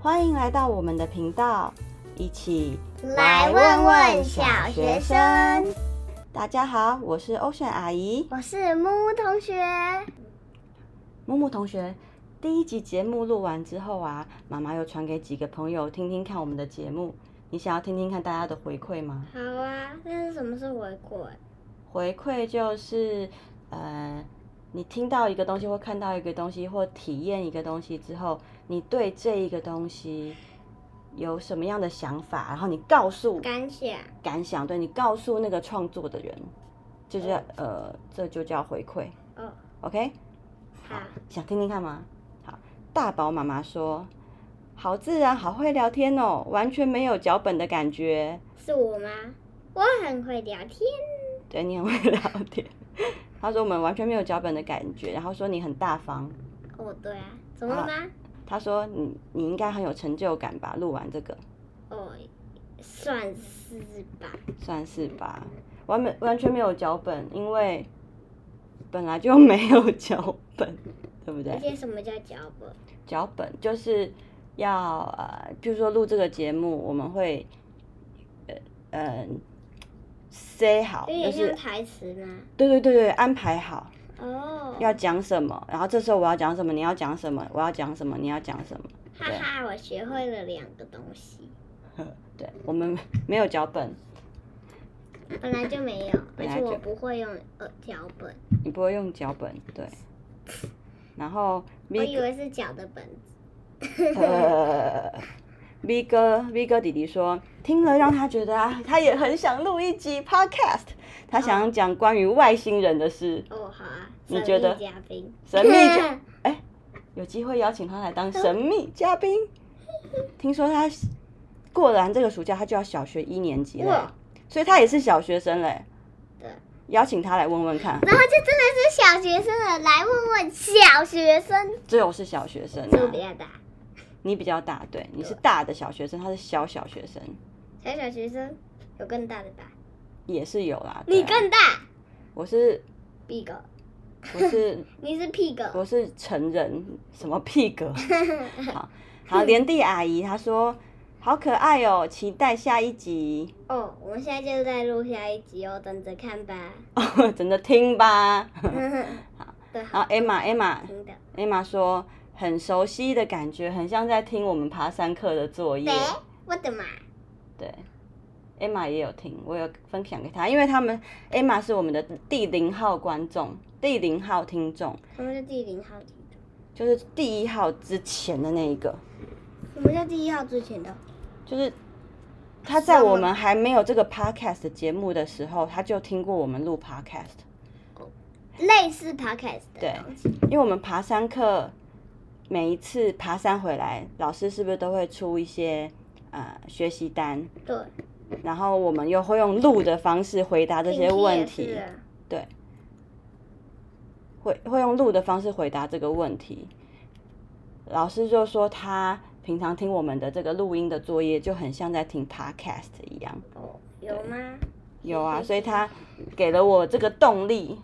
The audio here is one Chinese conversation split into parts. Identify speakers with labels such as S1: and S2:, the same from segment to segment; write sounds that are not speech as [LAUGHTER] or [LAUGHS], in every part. S1: 欢迎来到我们的频道，一起
S2: 来问问小学生。
S1: 大家好，我是欧选阿姨，
S2: 我是木木同学。
S1: 木木同学。第一集节目录完之后啊，妈妈又传给几个朋友听听看我们的节目，你想要听听看大家的回馈吗？
S2: 好啊，那是什么是回馈？
S1: 回馈就是，呃，你听到一个东西或看到一个东西或体验一个东西之后，你对这一个东西有什么样的想法，然后你告诉
S2: 感啊想。
S1: 感想，对你告诉那个创作的人，这就叫呃，这就叫回馈
S2: 哦，
S1: ，OK？
S2: 好，
S1: 想听听看吗？好，大宝妈妈说，好自然，好会聊天哦，完全没有脚本的感觉。
S2: 是我吗？我很会聊天。
S1: 对你很会聊天。 [LAUGHS] 她说我们完全没有脚本的感觉，然后说你很大方。
S2: 哦，对啊，怎么了吗？
S1: 她说你你应该很有成就感吧？录完这个
S2: 哦，算是吧。
S1: 算是吧，完没完全没有脚本，因为本来就没有脚本，对不
S2: 而
S1: 对？
S2: 且什么叫脚本？
S1: 脚本就是要呃，比如说录这个节目，我们会呃呃 say 好，
S2: 有
S1: 就
S2: 点像
S1: 是
S2: 台词吗？
S1: 对对对对，安排好
S2: 哦，
S1: 要讲什么，然后这时候我要讲什么，你要讲什么，我要讲什么，你要讲什么。
S2: 哈哈，
S1: 啊
S2: 我学会了两个东西，
S1: 对我们没有脚本，
S2: 本来就没有，而
S1: [LAUGHS] 本来
S2: 且
S1: 就
S2: 我不会用呃脚本，
S1: 你不会用脚本，对。然后
S2: 我以
S1: V
S2: 为是脚的本子。
S1: 呃 [LAUGHS] V 哥 V 哥弟弟说，听了让他觉得啊，他也很想录一集 Podcast，他想讲关于外星人的事。
S2: 哦，好啊，
S1: 你觉得
S2: 神秘嘉宾？
S1: 神秘嘉有机会邀请他来当神秘嘉宾。听说他过完这个暑假，他就要小学一年级了
S2: 哇，
S1: 所以他也是小学生嘞。
S2: [LAUGHS] 对，
S1: 邀请他来问问看，
S2: 然后哦就真的是小学生了，来问问小学生，
S1: 只有是小学生、
S2: 就
S1: 啊
S2: 比，较大，
S1: 你比较大，对，你是大的小学生，他是小小学生，
S2: 小小学生有更大的吧？
S1: 也是有啦。对
S2: 你
S1: 啊
S2: 更大
S1: 我是
S2: ，big，狗
S1: 我是
S2: 你是 pig，
S1: 我是成人，什么屁格？好，好，连地阿姨她说好可爱哦，期待下一集。 [LAUGHS]
S2: 哦，我们现在就在录下一集哦，等着看吧。
S1: 真的听吧。
S2: 嗯 [LAUGHS] 对，
S1: 然
S2: 好
S1: 后 Emma Emma
S2: 听的。
S1: Emma 说很熟悉的感觉，很像在听我们爬山课的作业
S2: 对。，我的妈！
S1: 对，Emma 也有听，我有分享给她，因为他们 Emma 是我们的第零号观众，第零号听众，
S2: 什么叫第零号听众？
S1: 就是第一号之前的那一个，
S2: 什么叫第一号之前的？
S1: 就是。他在
S2: 是我
S1: 我
S2: 们
S1: 们还没有这个 podcast 节目的时候，他就听过我们录 podcast。
S2: 类似 podcast
S1: 对
S2: 的东西。
S1: 因为我们爬山课，每一次爬山回来，老师是不是都会出一些呃学习单，
S2: 对，
S1: 然后我们又会用录的方式回答这些问
S2: 听
S1: 题
S2: 也，是啊
S1: 会会用录的方式回答这个问题。老师就说他平常听我们的这个录音的作业，就很像在听 podcast 一样。
S2: 哦，有吗？哎
S1: 有啊，所以他给了我这个动力，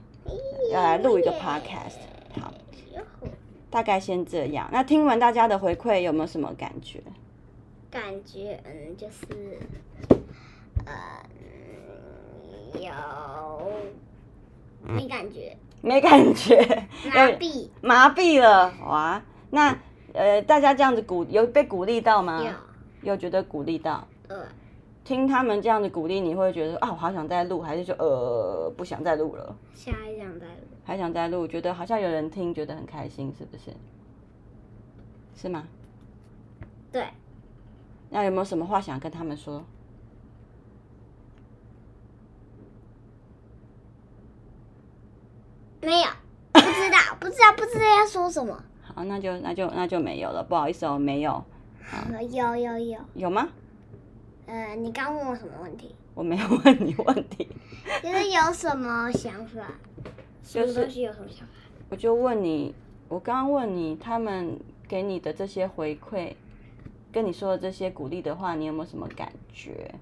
S1: 要来录
S2: 哦
S1: 一个 podcast。好，
S2: 哟吼
S1: 大概先这样。那听完大家的回馈，有没有什么感觉？
S2: 感觉嗯，就是，嗯，有没感觉？
S1: 没感觉，
S2: 麻痹
S1: [LAUGHS] 麻痹了哇！那呃，大家这样子鼓有被鼓励到吗？
S2: 有，
S1: 有觉得鼓励到？
S2: 呃，
S1: 听他们这样子鼓励，你会觉得啊，我好想再录，还是就呃不想再录了，
S2: 下一张再录。
S1: 还想再录，觉得好像有人听，觉得很开心，是不是？是吗？
S2: 对，
S1: 那有没有什么话想跟他们说？
S2: 没有，不知道，不知道，不知道要说什么。
S1: 好，那就那就那就没有了，不好意思哦，没有，
S2: 呃有有有，
S1: 有吗？
S2: 呃，你刚问我什么问题？
S1: 我没有 [LAUGHS] 问你问题，
S2: 就是有什么想法？什
S1: 就是
S2: 么东西有什么想法？
S1: 我就问你，我刚刚问你，他们给你的这些回馈，跟你说的这些鼓励的话，你有没有什么感觉？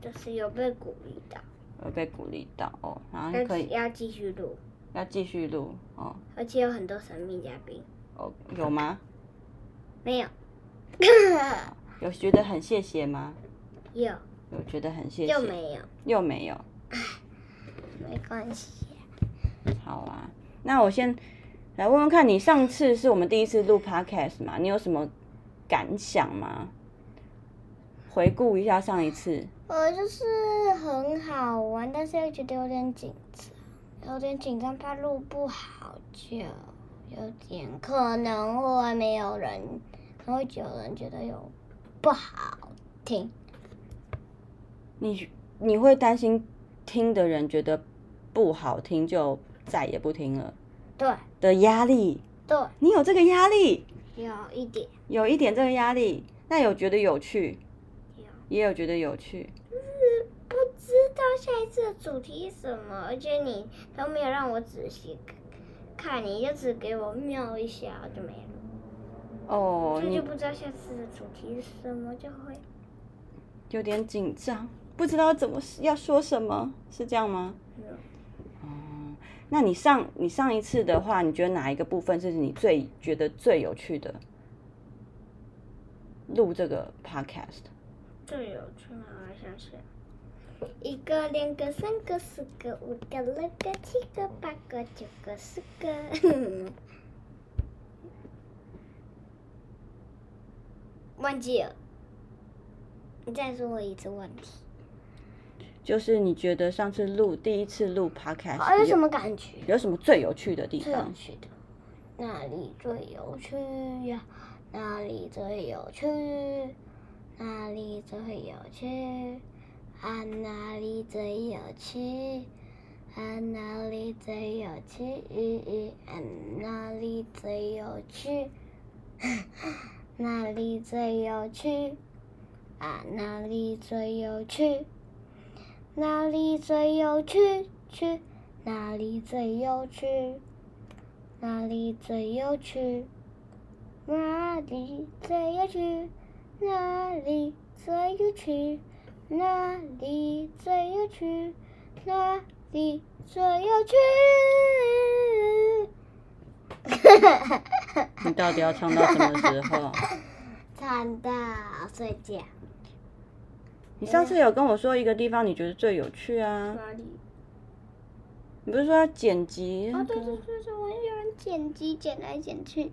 S2: 就是有被鼓励到，
S1: 有被鼓励到哦，然后
S2: 但
S1: 可
S2: 是
S1: 以
S2: 要继续录，
S1: 要继续录哦
S2: 而且有很多神秘嘉宾。
S1: 哦，有吗？
S2: 没有，
S1: 有觉得很谢谢吗？
S2: 有
S1: 有觉得很谢谢？
S2: 又没有，
S1: 又没有。
S2: 没关系。
S1: 好啊，那我先来问问看你，上次是我们第一次录 podcast 嘛？你有什么感想吗？回顾一下上一次，
S2: 我呃就是很好玩，但是又觉得有点紧张，有点紧张，怕录不好就有点可能会没有人，可能会有人觉得有不好听。
S1: 你你会担心听的人觉得不好听就再也不听了
S2: 对
S1: 的压力，
S2: 对，
S1: 你有这个压力，
S2: 有一点
S1: 有一点这个压力，那有觉得有趣，
S2: 有，
S1: 也有觉得有趣，
S2: 不知道下一次的主题是什么，而且你都没有让我仔细看，你就只给我瞄一下我就没了。
S1: 哦，
S2: 这
S1: 你
S2: 就不知道下次的主题是什么，就会
S1: 有点紧张，不知道怎么要说什么，是这样吗？
S2: 有
S1: 哦，那你上你上一次的话，你觉得哪一个部分是你最觉得最有趣的？录这个 podcast，
S2: 最有趣的，我想想，一个、两个、三个、四个、五个、六个、七个、八个、九个、 [LAUGHS] 十个，忘记了。你再说我一次问题。
S1: 就是你觉得上次录第一次录 podcast，、
S2: 哦，有什么感觉？
S1: 哎有什么最有趣的地
S2: 最有
S1: 方？
S2: 趣的，哪里最有趣呀？哪里最有趣？哪里最有趣？啊，哪里最有趣？啊，哪里最有趣？啊，哪里最有趣？ [LAUGHS] 哪里最有趣？啊，哪里最有趣？哪里最有趣？去哪里最有趣？哪里最有趣？哪里最有趣？哪里最有趣？哪里最有趣？哪里最有趣？ [LAUGHS]
S1: 你到底要唱到什么时
S2: [LAUGHS]
S1: 候？
S2: 唱到睡觉。
S1: 你上次有跟我说一个地方你觉得最有趣啊？
S2: 里？
S1: 你不是说要剪辑那
S2: 哦，对
S1: 个
S2: 对对对，我很喜欢剪辑，剪来剪去。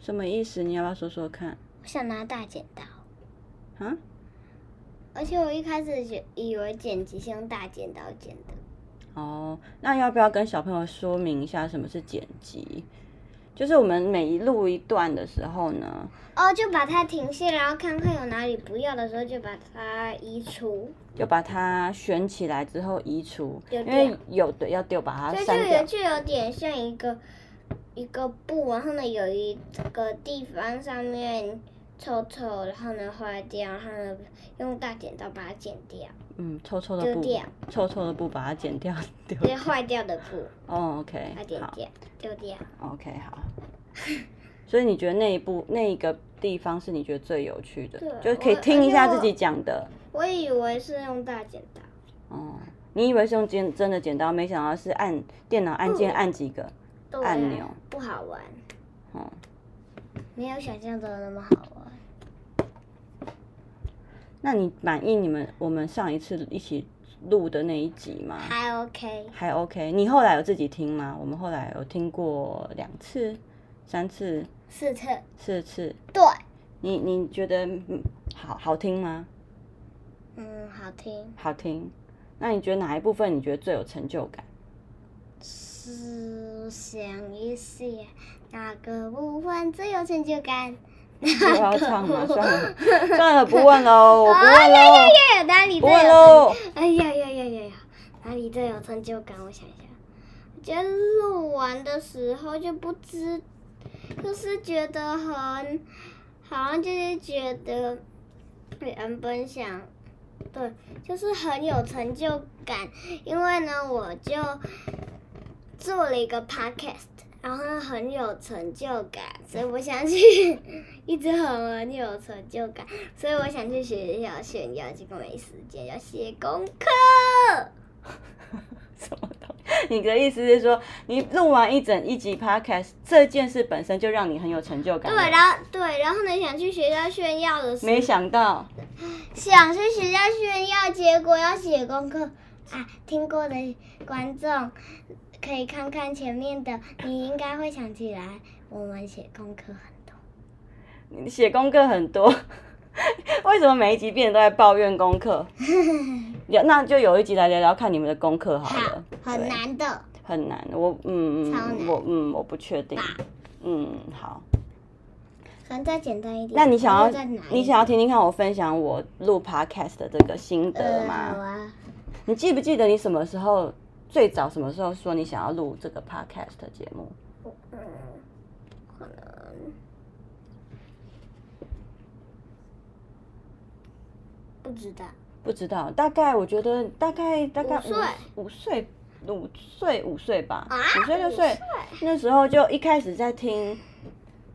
S1: 什么意思？你要不要说说看？
S2: 我想拿大剪刀，
S1: 啊？
S2: 而且我一开始就以为剪辑是用大剪刀剪的。
S1: 哦，那要不要跟小朋友说明一下什么是剪辑？就是我们每一录一段的时候呢，
S2: 哦，就把它停下，然后看看有哪里不要的时候，就把它移除。
S1: 就把它选起来之后移除，
S2: 丢
S1: 因为
S2: 掉
S1: 有的要丢，把它
S2: 这就
S1: 删掉
S2: 有。就有点像一个一个布，然后呢有一个地方上面臭臭，然后呢坏掉，然后呢用大剪刀把它剪掉，
S1: 嗯，臭臭的
S2: 丢
S1: 布
S2: 掉，
S1: 臭臭的布把它剪掉丢。
S2: 这坏掉的布
S1: 哦，OK，
S2: 把它剪
S1: 好
S2: 掉丢掉。
S1: ，OK，好。所以你觉得那一部那一个地方是你觉得最有趣的，
S2: 对
S1: 就可以
S2: 我
S1: 听
S2: 而
S1: 一
S2: 且
S1: 下
S2: 我
S1: 自己讲的。
S2: 我以为是用大剪刀，
S1: 哦，你以为是用剪真的剪刀，没想到是按电脑按键
S2: 嗯
S1: 按几个。
S2: 对啊
S1: 按钮
S2: 不好玩，
S1: 哦，
S2: 没有想象中的那么好玩。
S1: 那你满意你们我们上一次一起录的那一集吗？
S2: 还 OK，
S1: 还 OK。你后来有自己听吗？我们后来有听过两次、三次、
S2: 四次
S1: 四次。
S2: 对，
S1: 你你觉得嗯好好听吗？
S2: 嗯，好听。
S1: 好听。那你觉得哪一部分你觉得最有成就感？
S2: 是想一想，哪个部分最有成就感？
S1: 又
S2: [LAUGHS]
S1: 要唱吗？算了算了，不问喽，我不问喽。
S2: 哎呀，哪里
S1: 不
S2: 最
S1: 问
S2: 有
S1: 喽
S2: 成？
S1: [LAUGHS]
S2: [LAUGHS] 哎呀呀呀呀呀！哪里最有成就感？我想一下，我觉得录完的时候就不知，就是觉得很，好像就是觉得原本想，对，就是很有成就感，因为呢，我就做了一个 podcast。然后呢很有成就感，所以我想去， [LAUGHS] 一直很很有成就感，所以我想去学校炫耀，结果没时间要写功课。
S1: 什么东西？你的意思是说，你录完一整一集 podcast 这件事本身就让你很有成就感
S2: 对，
S1: 了，
S2: 然后对，然后呢，想去学校炫耀的时
S1: 没想到，
S2: 想去学校炫耀，结果要写功课啊！听过的观众可以看看前面的，你应该会想起来，我们写功课很多。
S1: 你写功课很多， [LAUGHS] 为什么每一集变得都在抱怨功
S2: [LAUGHS]
S1: 课？有那就有一集来聊聊看你们的功课好了，
S2: 很
S1: 对
S2: 难的，
S1: 很难，我嗯
S2: 超
S1: 嗯
S2: 难
S1: 我嗯我不确定，嗯好，
S2: 可能再简单一点。
S1: 那你想
S2: 然后
S1: 要
S2: 再难一
S1: 你
S2: 点
S1: 想要听听看我分享我录 podcast 的这个心得
S2: 呃
S1: 吗？
S2: 好啊，
S1: 你记不记得你什么时候最早什么时候说你想要录这个 podcast 的节目？
S2: 嗯，可能不知道。
S1: 不知道，大概我觉得大概大概
S2: 五岁
S1: 五岁五岁五岁吧，
S2: 啊
S1: 五岁六岁那时候就一开始在听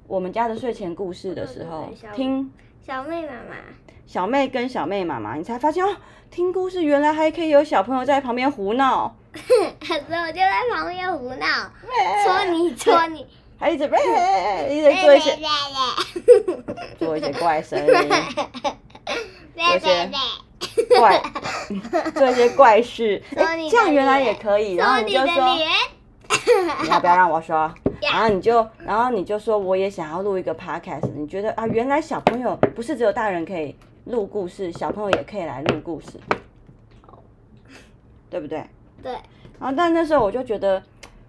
S1: 我们家的睡前故事的时候
S2: 对对对小，
S1: 听
S2: 小妹妈妈， [LAUGHS]
S1: 小妹跟小妹妈妈，你才发现哦，听故事原来还可以有小朋友在旁边胡闹，
S2: 所以我就在旁边胡闹，戳你戳你，
S1: 还
S2: [LAUGHS]
S1: 一直一直 [LAUGHS] 做一些做一些怪声音。
S2: 对对 [LAUGHS]
S1: 怪，做一些怪事，
S2: 说
S1: 哎
S2: 你
S1: 这样
S2: 的
S1: 原来也
S2: 脸
S1: 可以。
S2: 对，
S1: 然后
S2: 戳
S1: 你
S2: 你
S1: 就
S2: 的
S1: 说，
S2: 脸，
S1: 你要不要让我
S2: [LAUGHS]
S1: 说？然后你就，然后你就说，我也想要录一个 podcast。你觉得啊，原来小朋友不是只有大人可以录故事，小朋友也可以来录故事，
S2: 哦
S1: 对不对？
S2: 对，
S1: 然后，但那时候我就觉得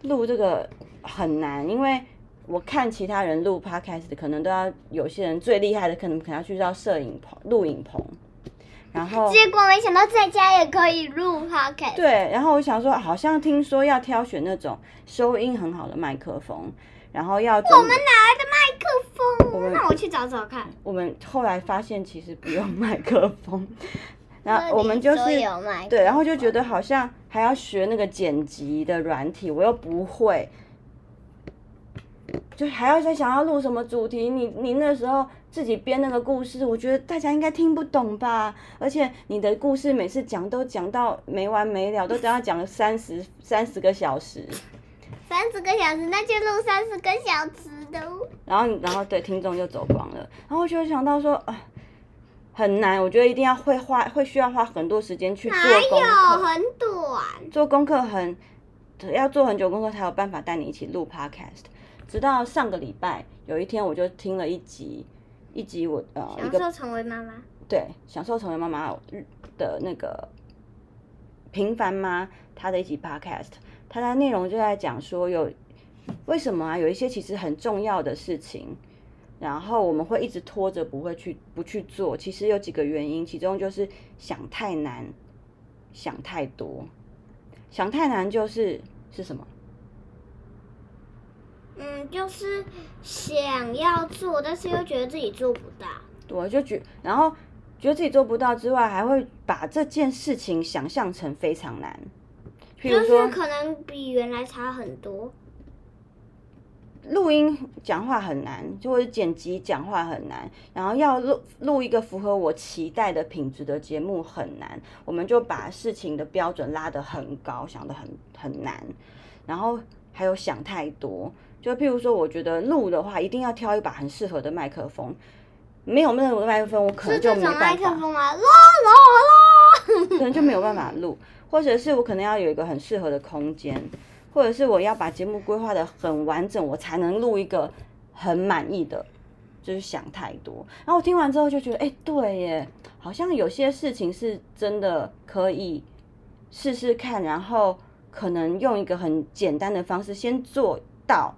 S1: 录这个很难，因为我看其他人录 podcast，可能都要有些人最厉害的，可能可能要去到摄影棚、录影棚，然后
S2: 结果没想到在家也可以录 podcast，
S1: 对，然后我想说，好像听说要挑选那种收音很好的麦克风，然后要我
S2: 我们哪来的麦克
S1: 我
S2: 风？
S1: 们
S2: 那我去找找看。
S1: 我们后来发现其实不用麦克风，然后我们
S2: 这
S1: 就
S2: 里
S1: 是
S2: 都有麦克
S1: 对，然后就觉得好像还要学那个剪辑的软体，我又不会，就还要再想要录什么主题。你你那时候自己编那个故事，我觉得大家应该听不懂吧？而且你的故事每次讲都讲到没完没了，都只要讲三十三十个小时。
S2: 三十个小时，那就录三十个小时的哦。
S1: 然后你，然后对听众就走光了，然后我就想到说，啊，很难，我觉得一定要会花，会需要花很多时间去做
S2: 哪
S1: 功
S2: 有
S1: 课，
S2: 很短？
S1: 做功课很要做很久功课才有办法带你一起录 podcast。直到上个礼拜有一天，我就听了一集，一集我呃一
S2: 享
S1: 个
S2: 受成为妈妈，
S1: 对享受成为妈妈的那个平凡妈她的一集 podcast，她的内容就在讲说有为什么啊？有一些其实很重要的事情，然后我们会一直拖着不会去不去做。其实有几个原因，其中就是想太难，想太多。想太难就是是什么？
S2: 嗯，就是想要做，但是又觉得自己做不到。
S1: 对，就觉然后觉得自己做不到之外，还会把这件事情想象成非常难。譬
S2: 就
S1: 如说
S2: 是，可能比原来差很多。
S1: 录音讲话很难，就或者剪辑讲话很难，然后要录录一个符合我期待的品质的节目很难，我们就把事情的标准拉得很高，想得很很难，然后还有想太多，就譬如说，我觉得录的话一定要挑一把很适合的麦克风，没有那种麦克风，我可
S2: 是
S1: 能就
S2: 这
S1: 没
S2: 种麦
S1: 办
S2: 克
S1: 法。
S2: 风啊，咯咯咯。
S1: 可能就没有办法录，或者是我可能要有一个很适合的空间，或者是我要把节目规划的很完整，我才能录一个很满意的。就是想太多，然后我听完之后就觉得，哎、对耶，好像有些事情是真的可以试试看，然后可能用一个很简单的方式先做到，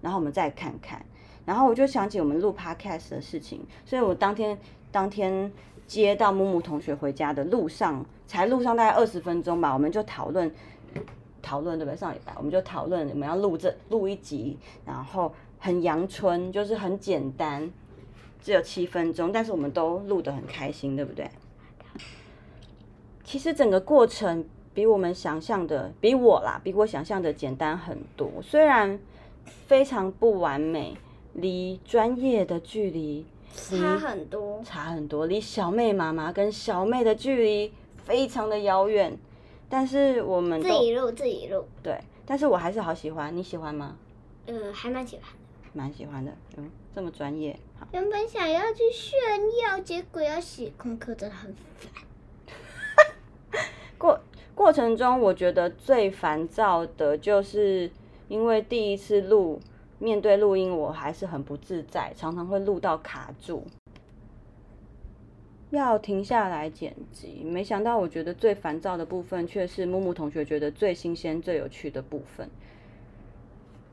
S1: 然后我们再看看。然后我就想起我们录 podcast 的事情，所以我当天当天接到木木同学回家的路上，才路上大概二十分钟吧，我们就讨论讨论对不对？上礼拜我们就讨论我们要录这录一集，然后很阳春，就是很简单，只有七分钟，但是我们都录得很开心，对不对？其实整个过程比我们想象的，比我啦，比我想象的简单很多。虽然非常不完美，离专业的距离
S2: 差很多。
S1: 差很多，离小妹妈妈跟小妹的距离非常的遥远，但是我们
S2: 自
S1: 都
S2: 己录自己录，
S1: 对，但是我还是好喜欢，你喜欢吗？
S2: 嗯，还蛮喜欢。
S1: 蛮喜欢的，嗯，这么专业，好，
S2: 原本想要去炫耀，结果要写功课真的很烦。
S1: 过过程中，我觉得最烦躁的就是因为第一次录，面对录音我还是很不自在，常常会录到卡住，要停下来剪辑。没想到，我觉得最烦躁的部分却是木木同学觉得最新鲜、最有趣的部分。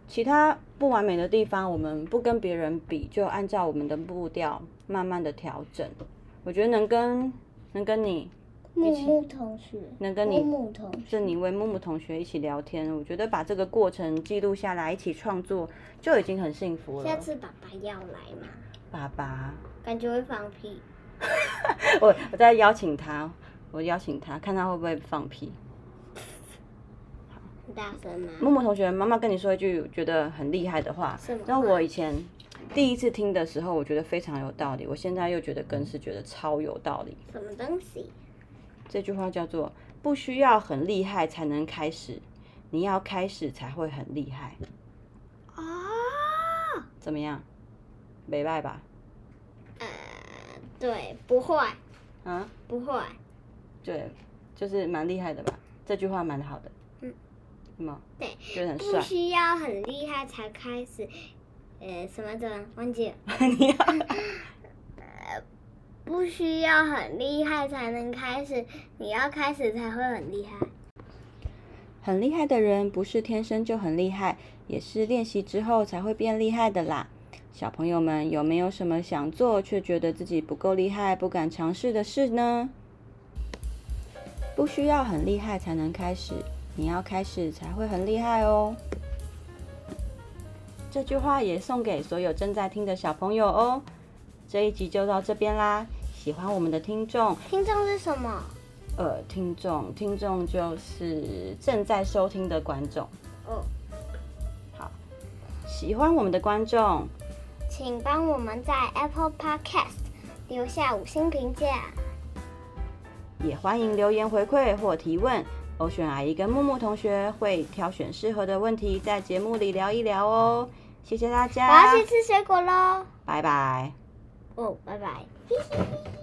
S1: 其他不完美的地方，我们不跟别人比，就按照我们的步调慢慢的调整。我觉得能跟能跟你
S2: 木木同学，
S1: 能跟你
S2: 木木同学，
S1: 是你为木木同学一起聊天，我觉得把这个过程记录下来，一起创作就已经很幸福了。
S2: 下次爸爸要来嘛，
S1: 爸爸，
S2: 感觉会放屁。
S1: 我我再邀请他，我邀请他，看他会不会放屁。
S2: 很大声啊
S1: 木木
S2: 吗？
S1: 同学，妈妈跟你说一句觉得很厉害的话
S2: 什么，
S1: 那
S2: 话
S1: 我以前第一次听的时候，我觉得非常有道理，我现在又觉得更是觉得超有道理。
S2: 什么东西？
S1: 这句话叫做“不需要很厉害才能开始，你要开始才会很厉害
S2: 啊、”，
S1: 怎么样？没拜吧？
S2: 呃，对，不会，
S1: 啊？
S2: 不会，
S1: 对，就是蛮厉害的吧？这句话蛮好的，
S2: 嗯，
S1: 什么？
S2: 对，
S1: 觉得很
S2: 不
S1: 帅。
S2: 需要很厉害才开始，呃，什么的忘记了， [LAUGHS]
S1: 你 [LAUGHS] 好
S2: 不需要很厉害才能开始，你要开始才会很厉害。
S1: 很厉害的人不是天生就很厉害，也是练习之后才会变厉害的啦。小朋友们有没有什么想做却觉得自己不够厉害、不敢尝试的事呢？不需要很厉害才能开始，你要开始才会很厉害哦。这句话也送给所有正在听的小朋友哦。这一集就到这边啦，喜欢我们的听众
S2: 听众是什么？
S1: 呃，听众，听众就是正在收听的观众。
S2: 哦，
S1: 喜欢我们的观众，
S2: 请帮我们在 Apple Podcast 留下五星评价。
S1: 也欢迎留言回馈或提问。欧璇阿姨跟木木同学会挑选适合的问题，在节目里聊一聊哦。啊谢谢大
S2: 我要
S1: 家
S2: 去，吃水果喽！
S1: 拜拜。
S2: 哦，拜拜。